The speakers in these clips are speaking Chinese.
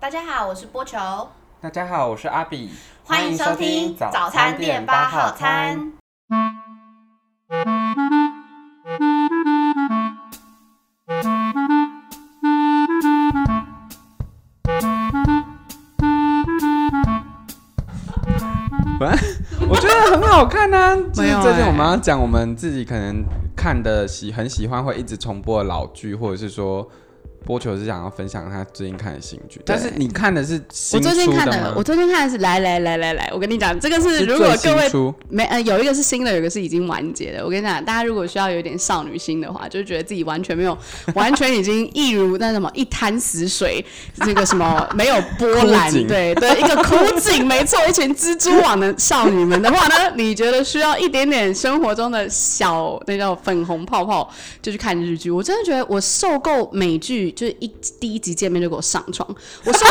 大家好，我是波球，大家好，我是阿比，欢迎收听早餐店八号。餐。我觉得很好看 啊，就是没有最近欸我们要讲我们自己可能看的喜很喜欢，会一直重播的老剧，或者是说。波球是想要分享他最近看的新剧，但是你看的是我新最近出看的的吗，我最近看的是来来来来来，我跟你讲，这个是是如果最各位新出没呃有一个是新的，有一个是已经完结的。我跟你讲，大家如果需要有一点少女心的话，就觉得自己完全没有，完全已经一如那什么一滩死水，这个什么没有波澜枯，井对对，一个枯井，没错，一群蜘蛛网的少女们的话呢，你觉得需要一点点生活中的小那叫粉红泡泡，就去看日剧。我真的觉得我受够美剧，就是一第一集见面就给我上床，我受够。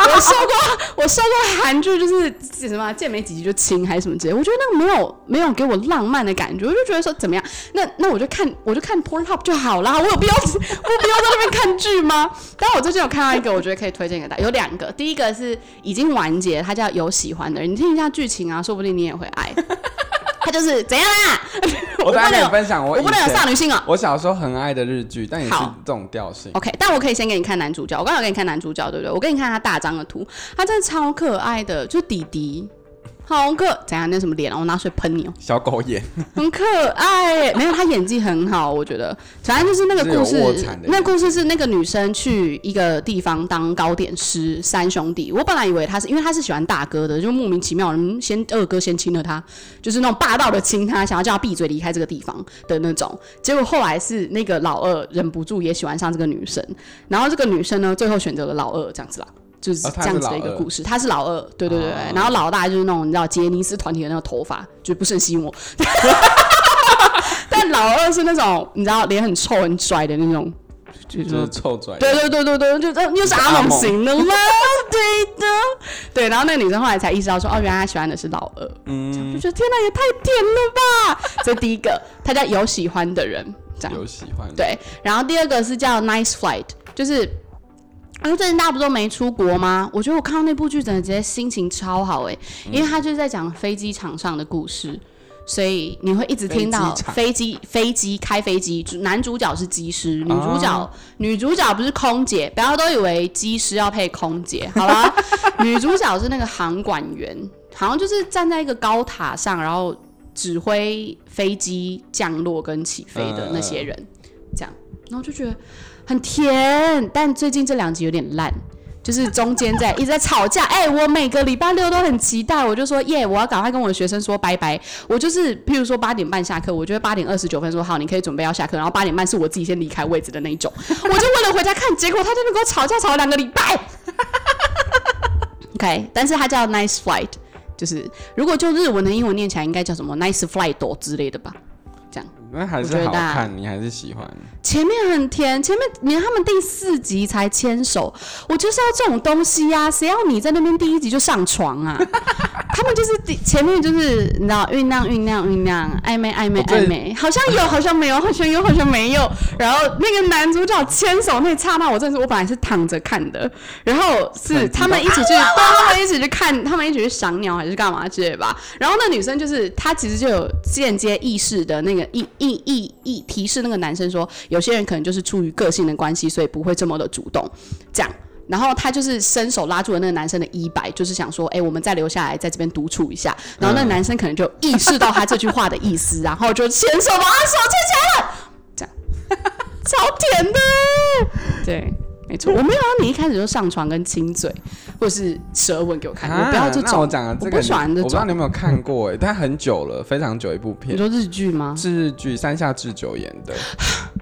我受过，我受过韩剧，就是什么见没几集就亲还是什么之类，我觉得那个没有没有给我浪漫的感觉，我就觉得说怎么样，那那我就看我就看 Pornhub 就好啦，我有必要 我有必要在那边看剧吗？但我最近有看到一个，我觉得可以推荐给大家，有两个，第一个是已经完结，它叫有喜欢的人，你听一下剧情啊，说不定你也会爱。它就是怎样啦？ 我不等下能跟有你，分享我我以不能有前少女心哦。我小时候很爱的日剧，但也是好这种调性。 OK，但我可以先给你看男主角，我刚刚有给你看男主角，对不对？我给你看他大张的图，他真的超可爱的，就弟弟，好可怎样？那什么脸啊？我拿水喷你哦，小狗眼， 很可爱耶。没有，他演技很好，我觉得。反正就是那个是有故事卧蚕的，那故事是那个女生去一个地方当糕点师，三兄弟。我本来以为他是因为他是喜欢大哥的，就莫名其妙人先二哥先亲了他，就是那种霸道的亲他，想要叫他闭嘴离开这个地方的那种。结果后来是那个老二忍不住也喜欢上这个女生，然后这个女生呢最后选择了老二，这样子啦。就是哦她这是样子老的一个二故事，他是老二，对对对对哦然后老大就是那种你知道杰尼斯团体的那个头发，就不是很吸引我。但老二是那种你知道脸很臭很拽的那种，就就是是臭拽。对对对对对，就这又是阿蒙型的啦，对的，对。然后那个女生后来才意识到说，哦，原来她喜欢的是老二，嗯，就觉得天哪，也太甜了吧！这第一个，他叫有喜欢的人，这样有喜欢的。对。然后第二个是叫 Nice Flight，就是。然后最近大家不都没出国吗？我觉得我看到那部剧，真的直接心情超好哎、嗯因为他就是在讲飞机场上的故事，所以你会一直听飞到机场飞机飞机开飞机，主男主角是机师，女主角、哦女主角不是空姐，不要都以为机师要配空姐，好啦， 女主角是那个航管员，好像就是站在一个高塔上，然后指挥飞机降落跟起飞的那些人，这样，然后就觉得很甜，但最近这两集有点烂。就是中间在一直在吵架， 哎、我每个礼拜六都很期待，我就说耶，我要赶快跟我的学生说拜拜。我就是，譬如说八点半下课，我就会八点二十九分说好，你可以准备要下课，然后八点半是我自己先离开位置的那一种。我就为了回家看，结果他就能跟我吵架吵了两个礼拜。OK，但是它叫 Nice Flight，就是如果就日文的英文念起来，应该叫什么 Nice Flight 之类的吧？那还是我觉好得啊看，你还是喜欢。前面很甜，前面连他们第四集才牵手，我就是要这种东西呀、谁要你在那边第一集就上床啊？ 他们就是第前面就是你知道酝酿酝酿酝酿暧昧暧昧我最暧昧，好像有好像没有，好像有好像没有。然后那个男主角牵手那一刹那，我真的是我本来是躺着看的，然后是他们一起去，对，他们一起去看，他们一起去赏鸟还是干嘛之类吧。然后那女生就是她其实就有间接意识的那个意意意意提示那个男生说，有些人可能就是出于个性的关系，所以不会这么的主动这样。然后她就是伸手拉住了那个男生的衣摆，就是想说，哎、我们再留下来，在这边独处一下。然后那个男生可能就意识到他这句话的意思，然后就牵手把他手牵起来了，这样， 超甜的。对，没错，我没有让你一开始就上床跟亲嘴，或是舌吻给我看，啊我不要这啊那种。我讲的这个我不喜欢你这我不知道种。你有没有看过、哎，但很久了，非常久一部你片，说日剧吗？是日剧山下智久演的，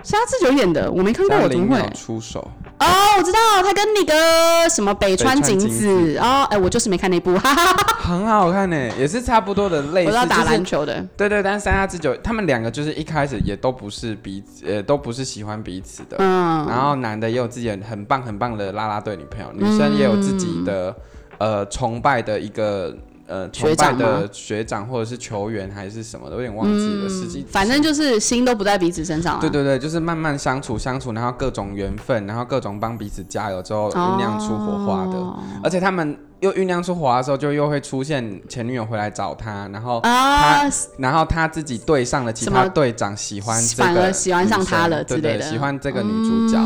是他自己有演的，我没看过，叫我怎零么会秒？出手。 哦，我知道，他跟那个什么北川景北川子哦，哎，我就是没看那部，哈哈哈，很好看呢、也是差不多的类我似，知道打就是篮球的，对对，但是山下智久他们两个就是一开始也都不是彼此，呃，都不是喜欢彼此的。嗯，然后男的也有自己很很嗯棒很棒的啦啦队女朋友，女生也有自己的、呃崇拜的一个呃学崇长拜吗嗯的学长或者是球员还是什么的，我有点忘记了。实际反正就是心都不在彼此身上了。对对对，就是慢慢相处相处，然后各种缘分，然后各种帮彼此加油之后，哦，酝酿出火花的。而且他们又酝酿出火花的时候，就又会出现前女友回来找他，然后啊，然后他自己队上的其什他么队长喜欢这个反而喜欢上他了女生之类的嗯对对喜欢这个女主角。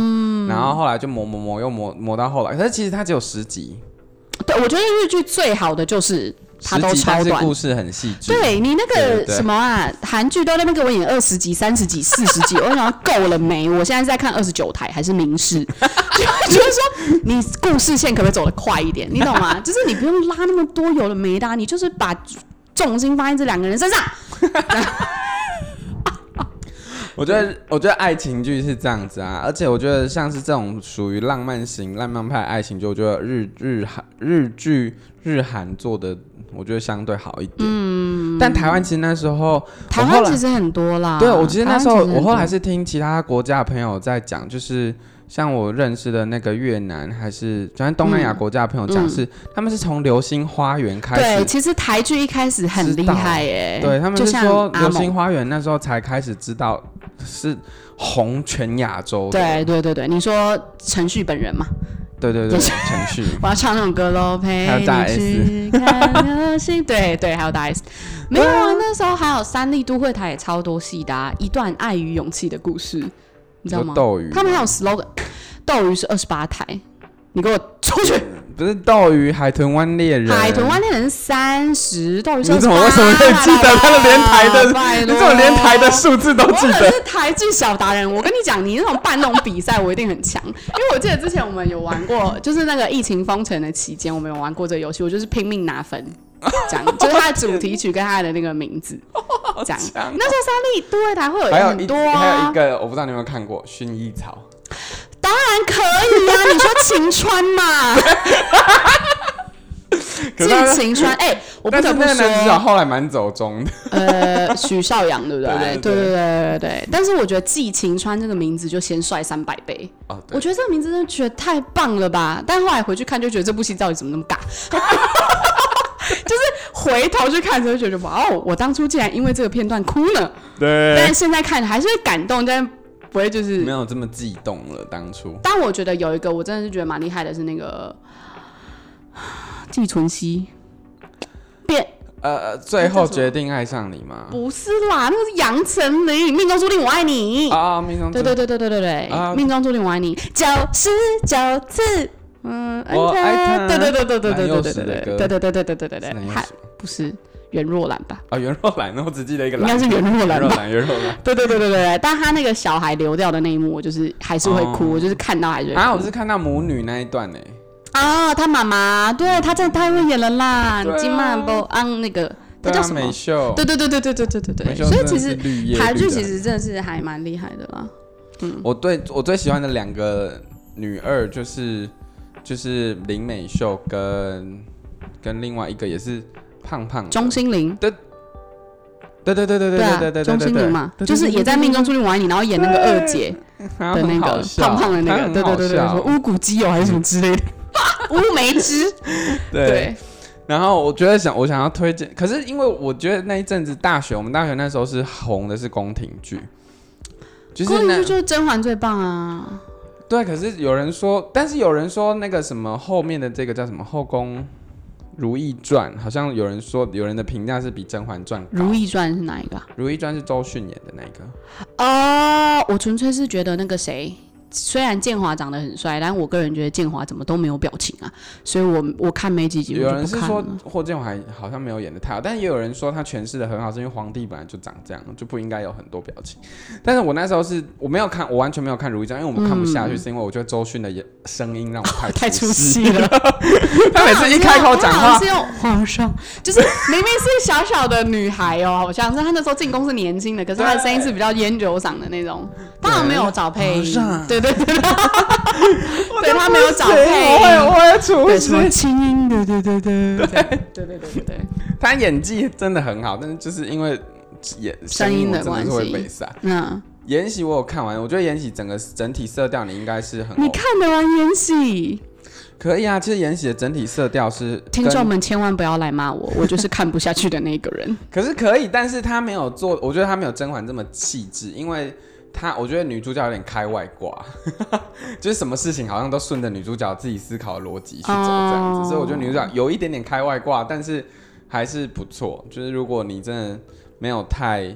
然后后来就磨磨磨，又磨磨到后来，可是其实它只有十集，对，我觉得日剧最好的就是它十都集，超但是短。故事很细致。对你那对个对对什么啊，韩剧都在那边给我演二十集、三十集、四十集， 我想说够了没？我现在是在看二十九台还是明视， 就就是说你故事线可不可以走得快一点？你懂 吗？就是你不用拉那么多有的没的啊、你就是把重心放在这两个人身上。我觉得，我觉得爱情剧是这样子啊，而且我觉得像是这种属于浪漫型、浪漫派爱情剧，我觉得日日韩日剧、日韩做的，我觉得相对好一点。嗯，但台湾其实那时候，台我后湾来其实很多啦，对我其实那时候，台湾其实很我多后来是听其他国家的朋友在讲，就是像我认识的那个越南，还是反正东南亚国家的朋友讲，嗯是、他们是从《流星花园》开对，始。其实台剧一开始很厉害耶、对他们就是像说，《阿流星猛。花园》那时候才开始知道是红全亚洲的。对对对对，你说程序本人嘛，对对对，就是哎程 序。我要唱那种歌喽，陪还有大你去看流星。 对对，还有大 S，没有啊，那时候还有三立都会台也超多戏的、啊，一段爱与勇气的故事，你知道说吗？斗鱼，他们还有 slogan，斗鱼是二十八台，你给我出去！不是斗鱼，海豚湾猎人，海豚湾恋人三十，斗鱼是你怎么28为什么可以记得他的连台的拜你托怎么连台的数字都我记可得？是台剧小达人，我跟你讲，你那种办那种比赛，我一定很强。因为我记得之前我们有玩过，就是那个疫情封城的期间，我们有玩过这个游戏，我就是拼命拿分，这样就是它的主题曲跟它的那个 名字，这样。强哦那时候三立都会台会还有很一多、还有啊一，个，我不知道你有没有看过《薰衣 草当然可以啊，你说晴川嘛，》， 可是是他晴川。哎、我但不得是不那个男主角说，后来蛮走中的，呃，许绍洋对不对？对对对对对对对对。但是我觉得季晴川这个名字就先帅三百倍。哦，对，我觉得这个名字真的觉得太棒了吧！但后来回去看就觉得这部戏到底怎么那么尬， 就是回头去看的时候就觉得哇哦，我当初竟然因为这个片段哭了，对但是，现在看还是会感动，但不会就没是。有这么悸动了。当初但我觉得有一个我真的是觉得蛮厉害的是那个季纯熙，变呃，呃最后决定爱上你吗？不是啦，那个是杨丞琳，命中注定我爱你。啊，命中对注对对对对对对，啊命中注定我爱你九十九次，嗯，我爱他对对对对对对蛮对幼对时的歌对对对对对对对对是对，哪还一首不是袁若兰吧？啊，袁若兰，那我只记得一个应兰，该是袁若袁兰若吧？兰，袁若兰。对对对对对对，但他那个小孩流掉的那一幕，我就是还是会哦哭，我就是看到还是会哭啊，我是看到母女那一段呢，啊，他妈妈，对他真的太会演了啦对啊，金曼波昂那个，他对叫啊，什么美？秀，对对对对对对对对美秀对，所以真的其是实绿叶台绿剧的其实真的是还蛮厉害的啦。我对我最喜欢的两个女二就是就是林美秀跟跟另外一个也是胖胖的钟，欣凌，对对对对对对啊对对对，钟对欣对凌嘛，对对就是对也在《命中注定我爱你》，然后演那个二姐然后的那很个好笑胖胖的那她个，很对对对对，好说笑嗯巫蛊基友哦还是什么之 类的，乌梅汁，对。，然后我觉得想我想要推荐，可是因为我觉得那一阵子大学，我们大学那时候是红的是宫廷剧，就宫是廷那剧就是甄嬛最棒啊，对，可是有人说，但是有人说那个什么后面的这个叫什么《后宫如懿传》，好像有人说有人的评价是比《甄嬛传》 《高。如懿传》是哪一个啊？ 《如懿传》是周迅演的那一个，哦，我纯粹是觉得那个谁。虽然建华长得很帅，但我个人觉得建华怎么都没有表情啊，所以我我看没几集有我人就是不看说了。霍建华好像没有演的太好，但也有人说他诠释的很好，是因为皇帝本来就长这样，就不应该有很多表情。但是我那时候是我没有看，我完全没有看《如懿传》，因为我们看不下去，是因为我觉得周迅的演声音让我太嗯太出戏，戏了， 他每次一开口讲他话好像是，用皇上，就是明明是小小的女孩哦，好像是她那时候进宫是年轻的，可是她的声音是比较烟酒嗓的那种。她好像没有找皇配音上，对对 对，对她没有找配我会哎我音，会出对什么戏。轻音的，对对对对对对对对对，他演技真的很好，但是就是因为演声音的我真是关会系被杀。嗯，延禧我有看完，我觉得延禧整个整体色调你应该是很你看得完《延禧》？可以啊，其实延禧的整体色调是听跟众们千万不要来骂我，我就是看不下去的那一个人。可是可以，但是他没有做，我觉得他没有甄嬛这么细致，因为他我觉得女主角有点开外挂， 就是什么事情好像都顺着女主角自己思考的逻辑去走这样子哦所以我觉得女主角有一点点开外挂，但是还是不错。就是如果你真的没有太，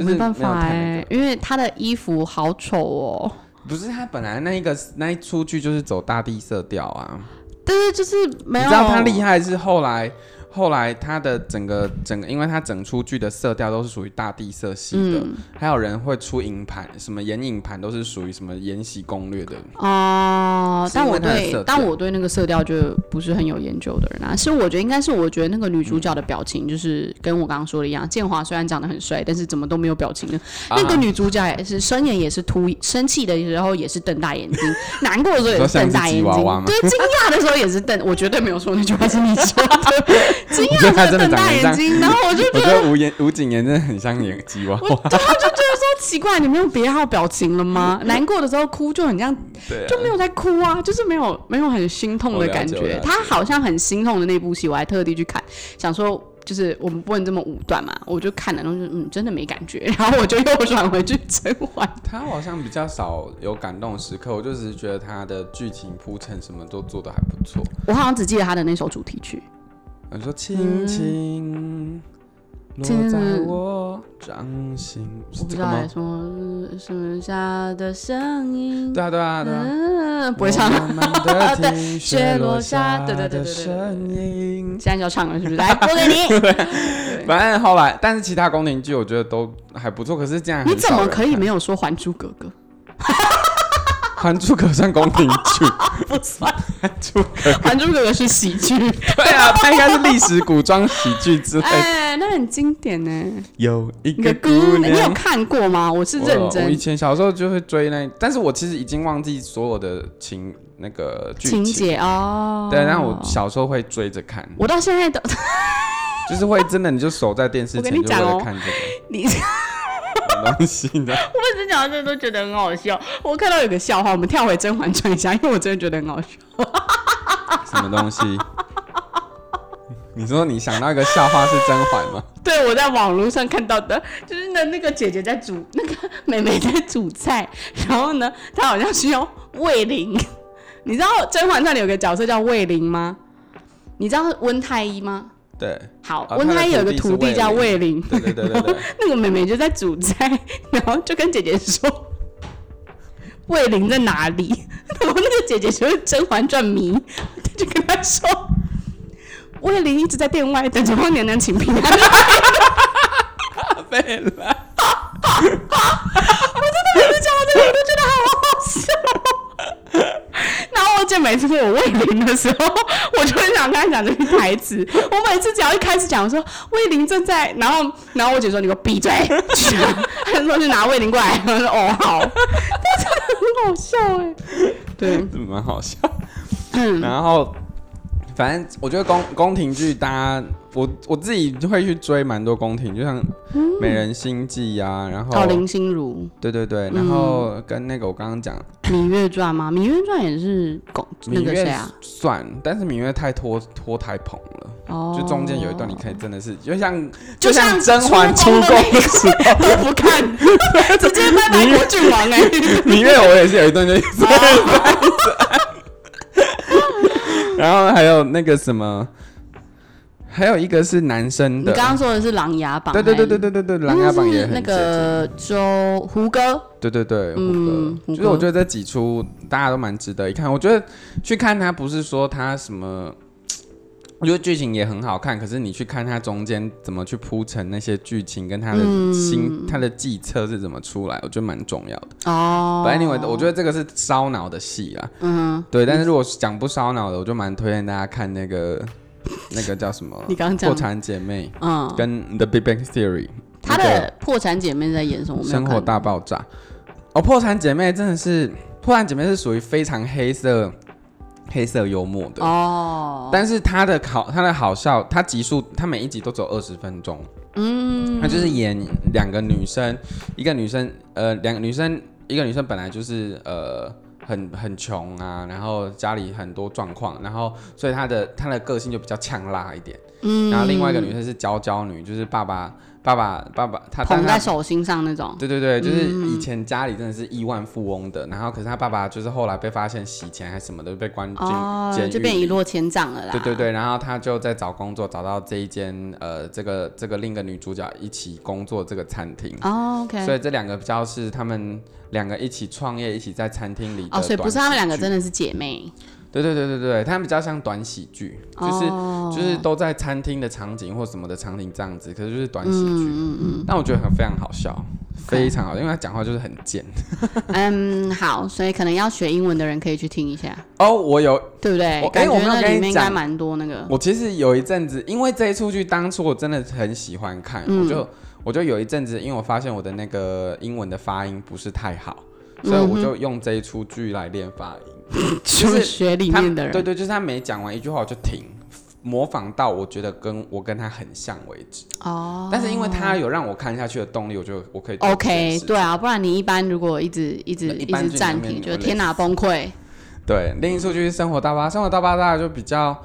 就是没办法没有太那哎、因为他的衣服好丑哦。不是他本来那一个那一出剧就是走大地色调啊，但是就是没你有，知道他厉害是后来，后来他的整个整个，因为他整出剧的色调都是属于大地色系的，嗯还有人会出影盘，什么眼影盘都是属于什么《延禧攻略》 的。哦、是因但为我它的色对调，但我对那个色调就不是很有研究的人啊。是我觉得应该是，我觉得那个女主角嗯的表情就是跟我刚刚说的一样。建华虽然长得很帅，但是怎么都没有表情呢？那个啊、女主角也是生眼也是突，生气的时候也是瞪大眼睛，难过的时候也你说是像一只吉瞪大眼睛，娃娃吗对，惊讶的时候也是瞪。我绝对没有说那句话是你 说的，惊我讶觉得她的时候真的瞪长大得像眼睛，然后我就我觉觉得得吴言吴谨言真的很像演吉娃娃，奇怪，你没有别号表情了吗？难过的时候哭就很像 对、啊，就没有在哭啊，就是没有没有很心痛的感我了解我了觉解。他好像很心痛的那部戏，我还特地去看，想说就是我们不能这么武断嘛，我就看了，然后就嗯真的没感觉，然后我就又转回去甄嬛。他好像比较少有感动的时刻，我就只是觉得他的剧情铺陈什么都做的还不错。我好像只记得他的那首主题曲，你说轻轻嗯落在我掌心，是我这不知个道吗哎，？什么什么家的声音，对啊，对啊，对啊。嗯， 不会唱了。慢慢 地听雪落下雪对的对对对对对声音。现在就要唱了，是不是？来播给你。对反正后来，但是其他宫廷剧我觉得都还不错，可是这样你怎么可以没有？有说《还珠格格》？还珠格格算宫廷剧？ 不算，珠格格《还珠格格》是喜剧。对啊，它应该是历史古装喜剧之类。哎，那很经典呢。有一你的个姑姑娘，你有娘。看过吗？我是认我我真以前小时候就会追那，但是我其实已经忘记所有的情那个剧情节哦。对，但我小时候会追着看，我到现在都就是会真的你就守在电视我跟前你就为讲哦了看这你， 我个东西，你知道吗每次讲到这都觉得很好笑。我看到有个笑话，我们跳回《甄嬛传》一下，因为我真的觉得很好笑。什么东西？你说你想到一个笑话是甄嬛吗？对，我在网络上看到的，就是呢，那个姐姐在煮，那个妹妹在煮菜，然后呢，她好像需要卫灵。你知道《甄嬛传》里有个角色叫卫灵吗？你知道温太医吗？对，好，啊温她的太医有个徒弟是徒弟卫叫灵卫灵，对对对对然后对 那个妹妹就在煮菜，然后就跟姐姐说 卫灵在哪里，然后那个姐姐就是《甄嬛传》迷，她就跟她说 卫灵一直在殿外等着后娘娘请平安。贝拉， 哦每次讲到这里，我都觉得好好笑。然后我姐每次跟我魏玲的时候，我就很想跟她讲这句台词。我每次只要一开始讲，我说魏玲正在，然后然后我姐说你给我闭嘴，去啊她就说去拿魏玲过来。我说哦好，但是很好笑哎、对，蛮好笑。嗯，然后，反正我觉得宫宫廷剧，大家我我自己会去追蛮多宫廷，就像《美人心计》啊，然后哦，嗯林嗯心如对对对，然后跟那个我刚刚讲《芈月传》吗？《芈月传》也是巩那芈个谁月啊？算，但是芈月太拖拖太捧了。哦，就中间有一段，你可以真的是，就像就像甄像嬛出出宫宫的的时候， 都不看，直接拜拜国郡王哎、芈月我也是有一段就一直在一哦直 然后还有那个什么，还有一个是男生你的，刚刚说的是《琅琊榜》？嗯对对对对对。对对对，琅琊榜也很那接近个周胡歌，对对对，嗯胡歌，胡就是我歌觉得这几出大家都蛮值得一看。我觉得去看它不是说它什么，我觉得剧情也很好看，可是你去看它中间怎么去铺陈那些剧情跟它的嗯心、它的计策是怎么出来，我觉得蛮重要的。哦，反正 anyway，我觉得这个是烧脑的戏啦。嗯，对，但是如果是讲不烧脑的，我就蛮推荐大家看那个那个叫什么你《刚刚破讲，产姐妹》嗯，跟《The Big Bang Theory》她那个的破产姐妹在演什么？我没有生活看大爆炸。哦，破产姐妹真的是，破产姐妹是属于非常黑色、黑色幽默的。哦，但是她的好，她的好笑，她集数，她每一集都走二十分钟。嗯，她就是演两个女生，一个女生，呃，两个女生，一个女生本来就是呃很很穷啊，然后家里很多状况，然后所以她的她的个性就比较呛辣一点。嗯然后另外一个女生是娇娇女，就是爸爸爸爸爸爸，她但捧在她手心上那种，对对对，就是以前家里真的是亿万富翁的，然后可是她爸爸就是后来被发现洗钱还是什么的，被关进哦监，狱就变一里。落千丈了啦。对对对，然后她就在找工作，找到这一间呃，这个这个另一个女主角一起工作这个餐厅。哦，OK，所以这两个比较是他们两个一起创业，一起在餐厅里的哦，所以不是他们两个真的，的是姐妹，对对对对对，他们比较像短喜剧，就是、哦就是都在餐厅的场景或什么的场景这样子，可是就是短喜剧。嗯嗯但我觉得很非常好笑，非常好，因为他讲话就是很贱。嗯嗯，好，所以可能要学英文的人可以去听一下，哦，我有，对不对我？感哎我觉没有那跟里你面应该讲蛮多那个，我其实有一阵子，因为这一出剧当初我真的很喜欢看，嗯我就我就有一阵子，因为我发现我的那个英文的发音不是太好，嗯所以我就用这一出剧来练发音。 就是学里他面的人，对对，就是他每讲完一句话我就停，模仿到我觉得跟我跟他很像为止。哦，但是因为他有让我看下去的动力，我就我可以做这件 OK，事对啊，不然你一般如果一直一直对一一般直就暂里面停，你就会天哪崩溃。对，另一出就是《生活大巴》，《生活大巴》大家就比较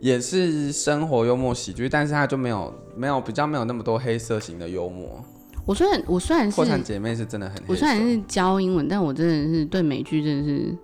也是生活幽默喜剧，但是它就没有没有比较没有那么多黑色型的幽默。我虽然我虽然是破产姐妹是真的很黑色，我虽然是教英文，但我真的是对美剧真的是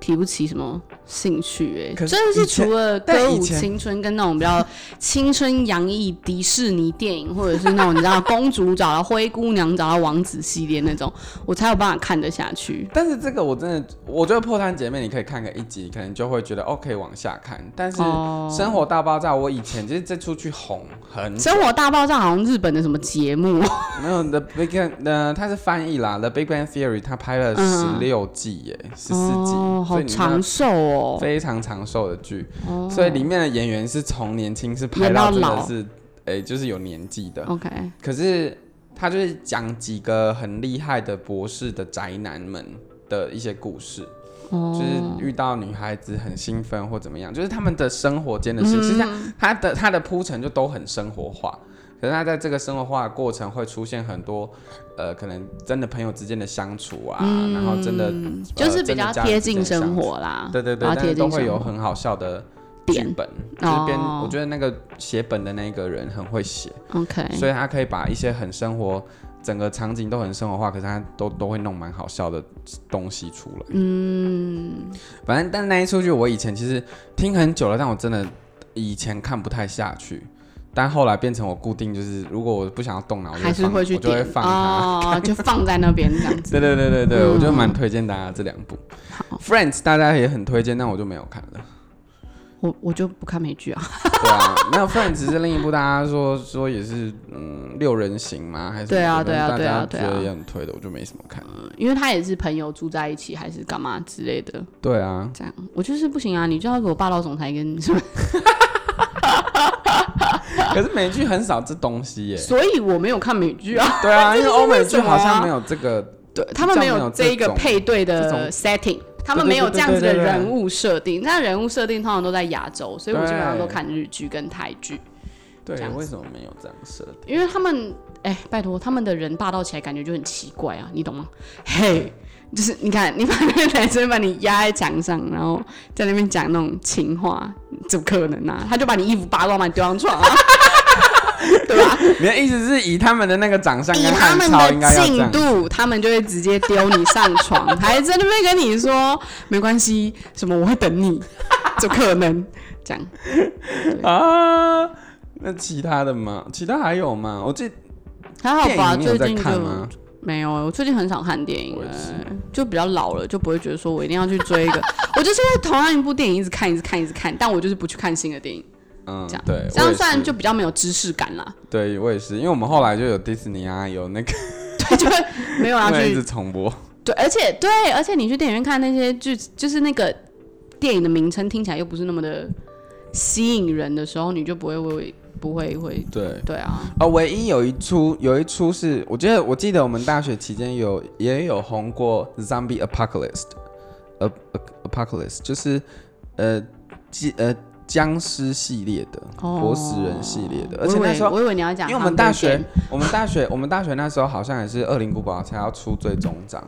提不起什么兴趣哎、可是真的以是前除了但歌以舞前青春跟那种比 较青春洋溢迪士尼电影，或者是那种你知道公主找到灰姑娘找到王子系列那种，我才有办法看得下去。但是这个我真的，我觉得《破产姐妹》你可以看个一集，可能就会觉得哦可以往下看。但是《哦，生活大爆炸》，我以前就是这出去红很生活大爆炸好像日本的什么节目，没有 The Big Bang，呃，它是翻译啦，《The Big Bang Theory》它拍了十嗯六季耶，十四季，所哦，好以你长们寿哦，非常长寿的剧。哦所以里面的演员是从年轻是拍演到到真的老哦是，哎、就是有年纪的。 OK，可是他就是讲几个很厉害的博士的宅男们的一些故事，哦，就是呃遇到女孩子很兴奋或怎么样，就是他们的生活间的嗯事。实际上，他的他的铺陈就都很生活化。可是他在这个生活化的过程会出现很多，呃，可能真的朋友之间的相处啊，然后真的、嗯呃就是比真的较家人贴之间近的相生处活啦，对对对，然后但是贴都近会生有活。很好笑的剧点本，就是编，哦我觉得那个写本的那个人很会写， OK，所以他可以把一些很生活，整个场景都很生活化，可是他都都会弄蛮好笑的东西出来。嗯，反正但那一出剧我以前其实听很久了，但我真的以前看不太下去。但后来变成我固定，就是如果我不想要动脑，我就还是放会去我就会点放它。哦，就放在那边 这样子。对对对对对，嗯我就蛮推荐大家这两部。Friends 大家也很推荐，但我就没有看 了。我我就不看美剧啊，对啊，没有 Friends 是另一部，大家说说也是嗯六人行吗？还是对啊什么的对啊大对家啊觉对得啊也很推的，我就没什么看。因为他也是朋友住在一起，还是干嘛之类的。对 啊，这样我就是不行啊，你就要给我霸道总裁跟可是美剧很少这东西 耶。所以我没有看美剧啊，对啊，因为欧美为什剧么好啊像没有这个。对他们没比较没有有这这一个种配对这种的 setting。他们没有对对对这样子的对对对人物设定，那人物设定通常都在亚洲，所以我基本上都对看日剧跟台剧，对这，样子为什么没有这样设定？因为他们，哎、拜托，他们的人霸道起来感觉就很奇怪啊，你懂吗？嘿、就是你看，你把那个男生把你压在墙上，然后在那边讲那种情话，怎么可能啊？他就把你衣服扒光，把你丢上床 啊，对吧？你的意思是以他们的那个长相以跟他汉们超应的该要这进样？度，他们就会直接丢你上床，还在那边跟你说没关系，什么我会等你，怎么可能？这样啊？那其他的吗？其他还有吗？我记得还好电吧？影你有最在近就看吗？没有，我最近很少看电影我也了是，就比较老了，就不会觉得说我一定要去追一个。 我就是会同样一部电影一直看，一直看，一直看，但我就是不去看新的电影，嗯这样，对，这我样也虽然是就比较没有知识感啦， 对我也是，因为我们后来就有迪士尼啊，有那个对，就会没有要因为 一直去重播。对，而且对，而且你去电影院看那些剧，就是那个电影的名称听起来又不是那么的吸引人的时候，你就不会会不会会对，对啊，啊，唯一有一出有一出是，我觉得我记得我们大学期间有也有红过《Zombie Apocalypse》呃，呃 Apocalypse 就是呃僵呃僵尸系列的哦活死人系列的，我而且以那为时候哦我以为你要讲，因为我们大学我们大学我们大学那时候好像也是《恶灵古堡》才要出最终章，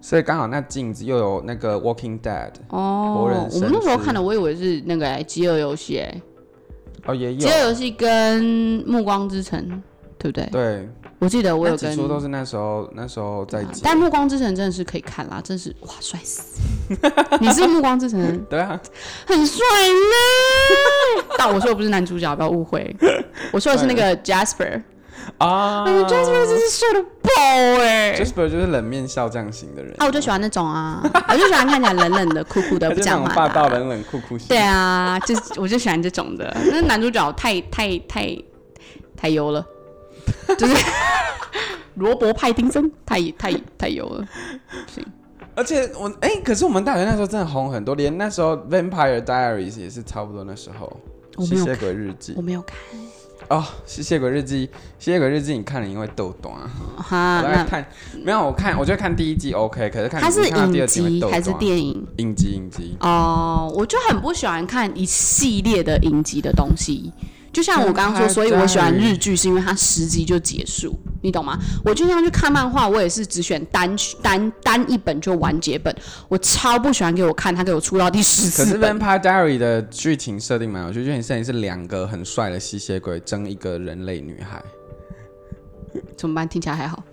所以刚好那镜子又有那个《Walking Dead》哦活人，我们那时候神之看的，我以为是那个哎、饥饿游戏》哎，哦，也《有饥饿游戏》跟《暮光之城》，对不对？对，我记得我有那几跟，出都是那时候那时候在啊接，但《暮光之城》真的是可以看啦，真是哇，帅死！你是《暮光之城》对啊，很帅 呢，但我说我不是男主角，不要误会，我说的是那个 Jasper，啊哎呦，Jasper 真是帅的爆哎、 ，Jasper 就是冷面笑匠型的人，啊，我就喜欢那种啊，我就喜欢看起来冷冷的、酷 酷的，他不就是那讲种话霸的啊、道冷冷酷酷型，对啊，就是我就喜欢这种 的。那男主角太太太太油了，就是 罗伯·派丁森太太太油了。而且我哎、可是我们大学那时候真的红很多，连那时候《Vampire Diaries》也是差不多那时候，我《没吸有血看，鬼日记我》没有看哦，《吸血鬼日记》《吸血鬼日记》，你看了你会豆懂啊？哈我。大概那看没有，我看我觉得看第一季 OK，可是看它是你看到第影二季会集豆还是懂啊电影？影集影集，哦、我就很不喜欢看一系列的影集的东西。就像我刚刚说，所以我喜欢日剧，是因为它十集就结束，你懂吗？我就像去看漫画，我也是只选单单单一本就完结本，我超不喜欢给我看，他给我出到第十可四是《本。 Vampire Diary》的剧情设定蛮有趣，剧情设定是两个很帅的吸血鬼争一个人类女孩，怎么办？听起来还好。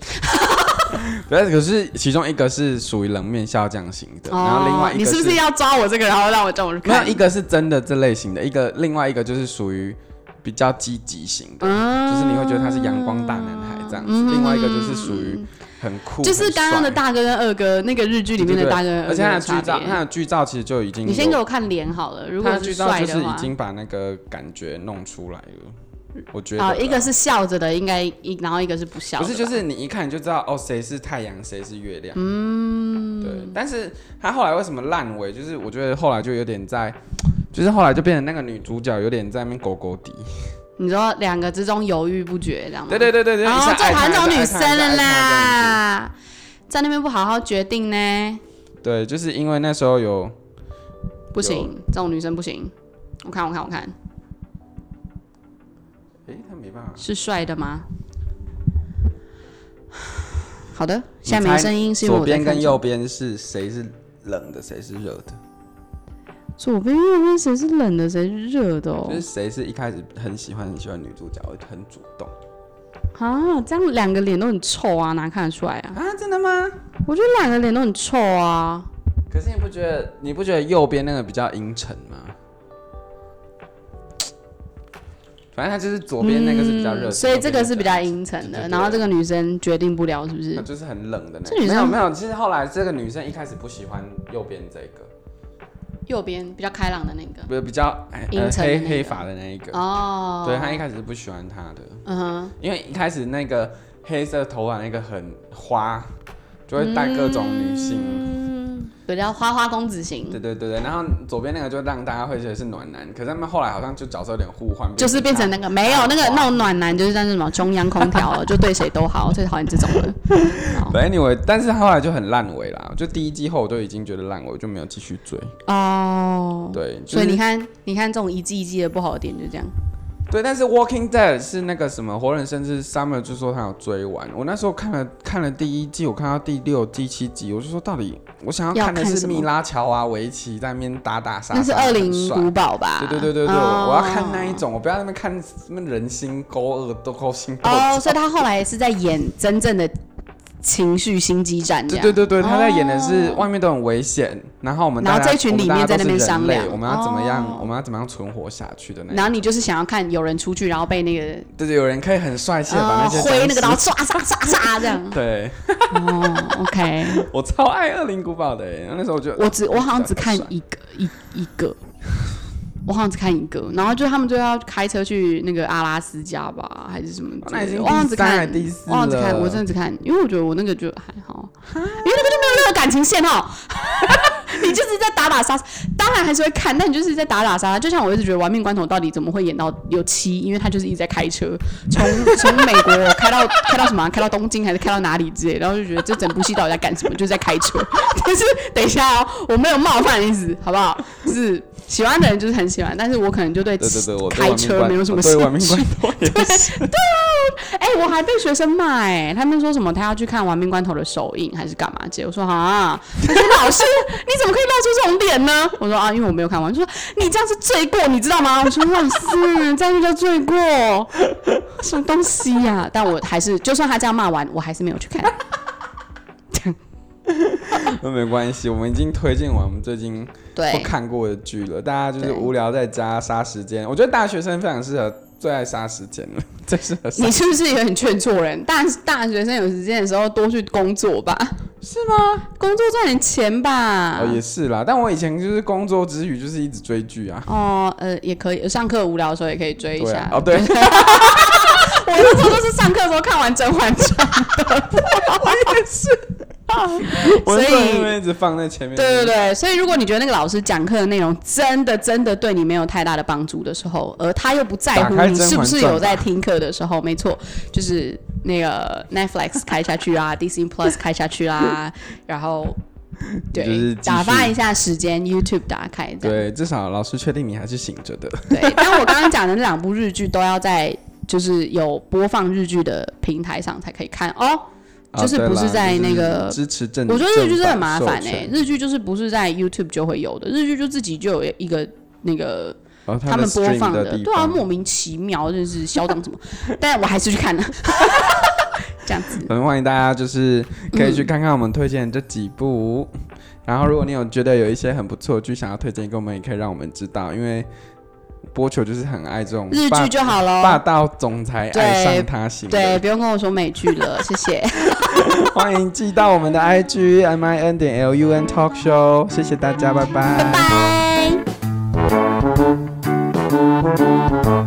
但是可是其中一个是属于冷面笑匠型的，然后另外一哦你个是不是要抓我这个，然后让我叫我去没有看？一个是真的这类型的，一个另外一个就是属于比较积极型的，嗯就是你会觉得他是阳光大男孩这样子，嗯另外一个就是属于很酷，就是刚刚很的帅大哥跟二哥那个日剧里面对对的对大哥跟二而哥且他的的差剧照，他别。的剧照其实就已经你先有给我看脸好了，如他果的剧照帅就的是话已。经把那个感觉弄出来了，我觉得啊、啦一个是笑着的，应该一，然后一个是不笑不的吧。是就是你一看你就知道哦，谁是太阳，谁是月亮。嗯，对，但是他后来为什么烂尾？就是我觉得后来就有点在，就是后来就变成那个女主角有点在那边狗狗底。你说两个之中犹豫不决，这样吗？对对对对对，然后就哦就讨厌这种女生啦。了啦，在那边不好好决定呢，对，就是因为那时候有不行，这种女生不行。我看，我看，我看，诶，他没办法。是帅的吗？ 好的，你现在没声音是因为左我在边看跟手右边是谁是冷的，谁是热的？左边右边谁是冷的，谁是热的哦就是？谁是一开始很喜欢很喜欢女主角，很主动啊，这样两个脸都很臭啊，哪看得出来啊？啊？真的吗？我觉得两个脸都很臭啊。可是你不觉得你不觉得右边那个比较阴沉吗？反正他就是左边那个是比较热、嗯所以这个是比较阴。阴沉对对的。对然后这个女生决定不了，是不那是？就是很冷的那这个。女生没有没有，其实后来这个女生一开始不喜欢右边这个，右边比较开朗的那个。不是比较哎阴呃沉的黑那个黑发的那一个，哦，对她一开始是不喜欢他的，嗯哼，因为一开始那个黑色头发那个很花，就会带各种女性。嗯，比较花花公子型，对对对对，然后左边那个就让大家会觉得是暖男，可是他们后来好像就角色有点互换，就是变成他那个没有那个那种暖男，就是像是什么中央空 调，就对谁都好，最讨厌这种了。好对 anyway，但是后来就很烂尾啦，就第一季后我都已经觉得烂尾，我就没有继续追。哦，对，就所以是你看，你看这种一季一季的不好的点就这样。对，但是《Walking Dead》是那个什么《活人甚至 Summer》就说他有追完。我那时候看了看了第一季，我看到第六、第七集，我就说到底我想要看的看是什么米拉乔啊、围棋在那边打打杀杀，那是二很零帅古堡吧？对对对对对，哦我要看那一。种，我不要在那边看什么人心勾二都勾心斗角。哦，所以他后来是在演真正的情绪心机战，这对样。对对对，他在演的是哦外面都很危险，然后我们然大后家这群我们里大面家都在那边是人商类量我们要怎么哦样，我们要怎么样存活下去的那一然种。后你就是想要看有人出去，然后被那个对对，有人可以很帅气的把呃那些挥那个僵刀尸。唰唰唰唰这样 对，哦，OK，我超爱《恶灵古堡》的耶，那时候我就我只我好像只看帅一个一一个，我好像只看一个，然后就他们就要开车去那个阿拉斯加吧，还是什么之类的？那已经我好像只第三还看是第四我好像只看，了我真的只看，因为我觉得我那个就还好，因为那个就没有任何感情线哈。哦 你就是在打打杀杀，当然还是会看，但你就是在打打杀杀。就像我一直觉得《玩命关头》到底怎么会演到有七，因为他就是一直在开车，从 从美国开到开到什么啊、开到东京还是开到哪里之类，然后就觉得这整部戏到底在干什么，就是在开车。 但是等一下哦，我没有冒犯的意思，好不好？就是喜欢的人就是很喜欢，但是我可能就对对对对，我对开玩命车关没有什么我兴对玩命趣 关。头也是。哎、我还被学生骂哎、他们说什么他要去看《亡命关头》的首映还是干嘛？姐，我说啊，我说老师你怎么可以露出这种脸呢？我说啊，因为我没有看完。就说你这样是罪过，你知道吗？我说老师，这样就叫罪过，什么东西呀、但我还是，就算他这样骂完，我还是没有去看。 那没关系，我们已经推荐完我们最近都对，看过的剧了，大家就是对无聊在家杀时间。我觉得大学生非常适合，最爱杀时间了， 最适合杀你是不是也很劝错人？大大学生有时间的时候多去工作吧，是吗？工作赚点钱吧。哦，也是啦。但我以前就是工作之余就是一直追剧啊。哦，呃，也可以，上课无聊的时候也可以追一对下啊，。哦对， 我那时候都是上课的时候看完《甄嬛传》 我那时候因的，我也是。所以，为一直放在前面。对对对，所以如果你觉得那个老师讲课的内容真的真的对你没有太大的帮助的时候，而他又不在乎打开你是不甄嬛是传吧有在听课的时候，没错，就是那个 Netflix 开下去啊，Disney Plus 开下去啦、啊 然后对，就是继续打发一下时间，YouTube 打开这样。对，至少老师确定你还是醒着的。对，但我刚刚讲的那两部日剧都要在就是有播放日剧的平台上才可以看哦。啊 就是对不啦是在那个就是支持正，我觉得日剧真的很正版麻烦授哎、权日剧就是不是在 YouTube 就会有的，日剧就自己就有一个那个哦他们播 stream 放的的，地对啊，方莫名其妙，真是嚣张什么，但我还是去看了， 这样子。嗯很欢迎大家，就是 可以去看看我们推荐的这几部。然后，如果你有觉得有一些很不错的剧想要推荐给我们，也可以让我们知道，因为波球就是很爱这种日霸剧就好霸喽，道总裁爱上他型对，的。不用跟我说美剧了，谢 谢。欢迎寄到我们的 IG M I N 点 L U N Talk Show，谢谢大家，拜拜，拜拜。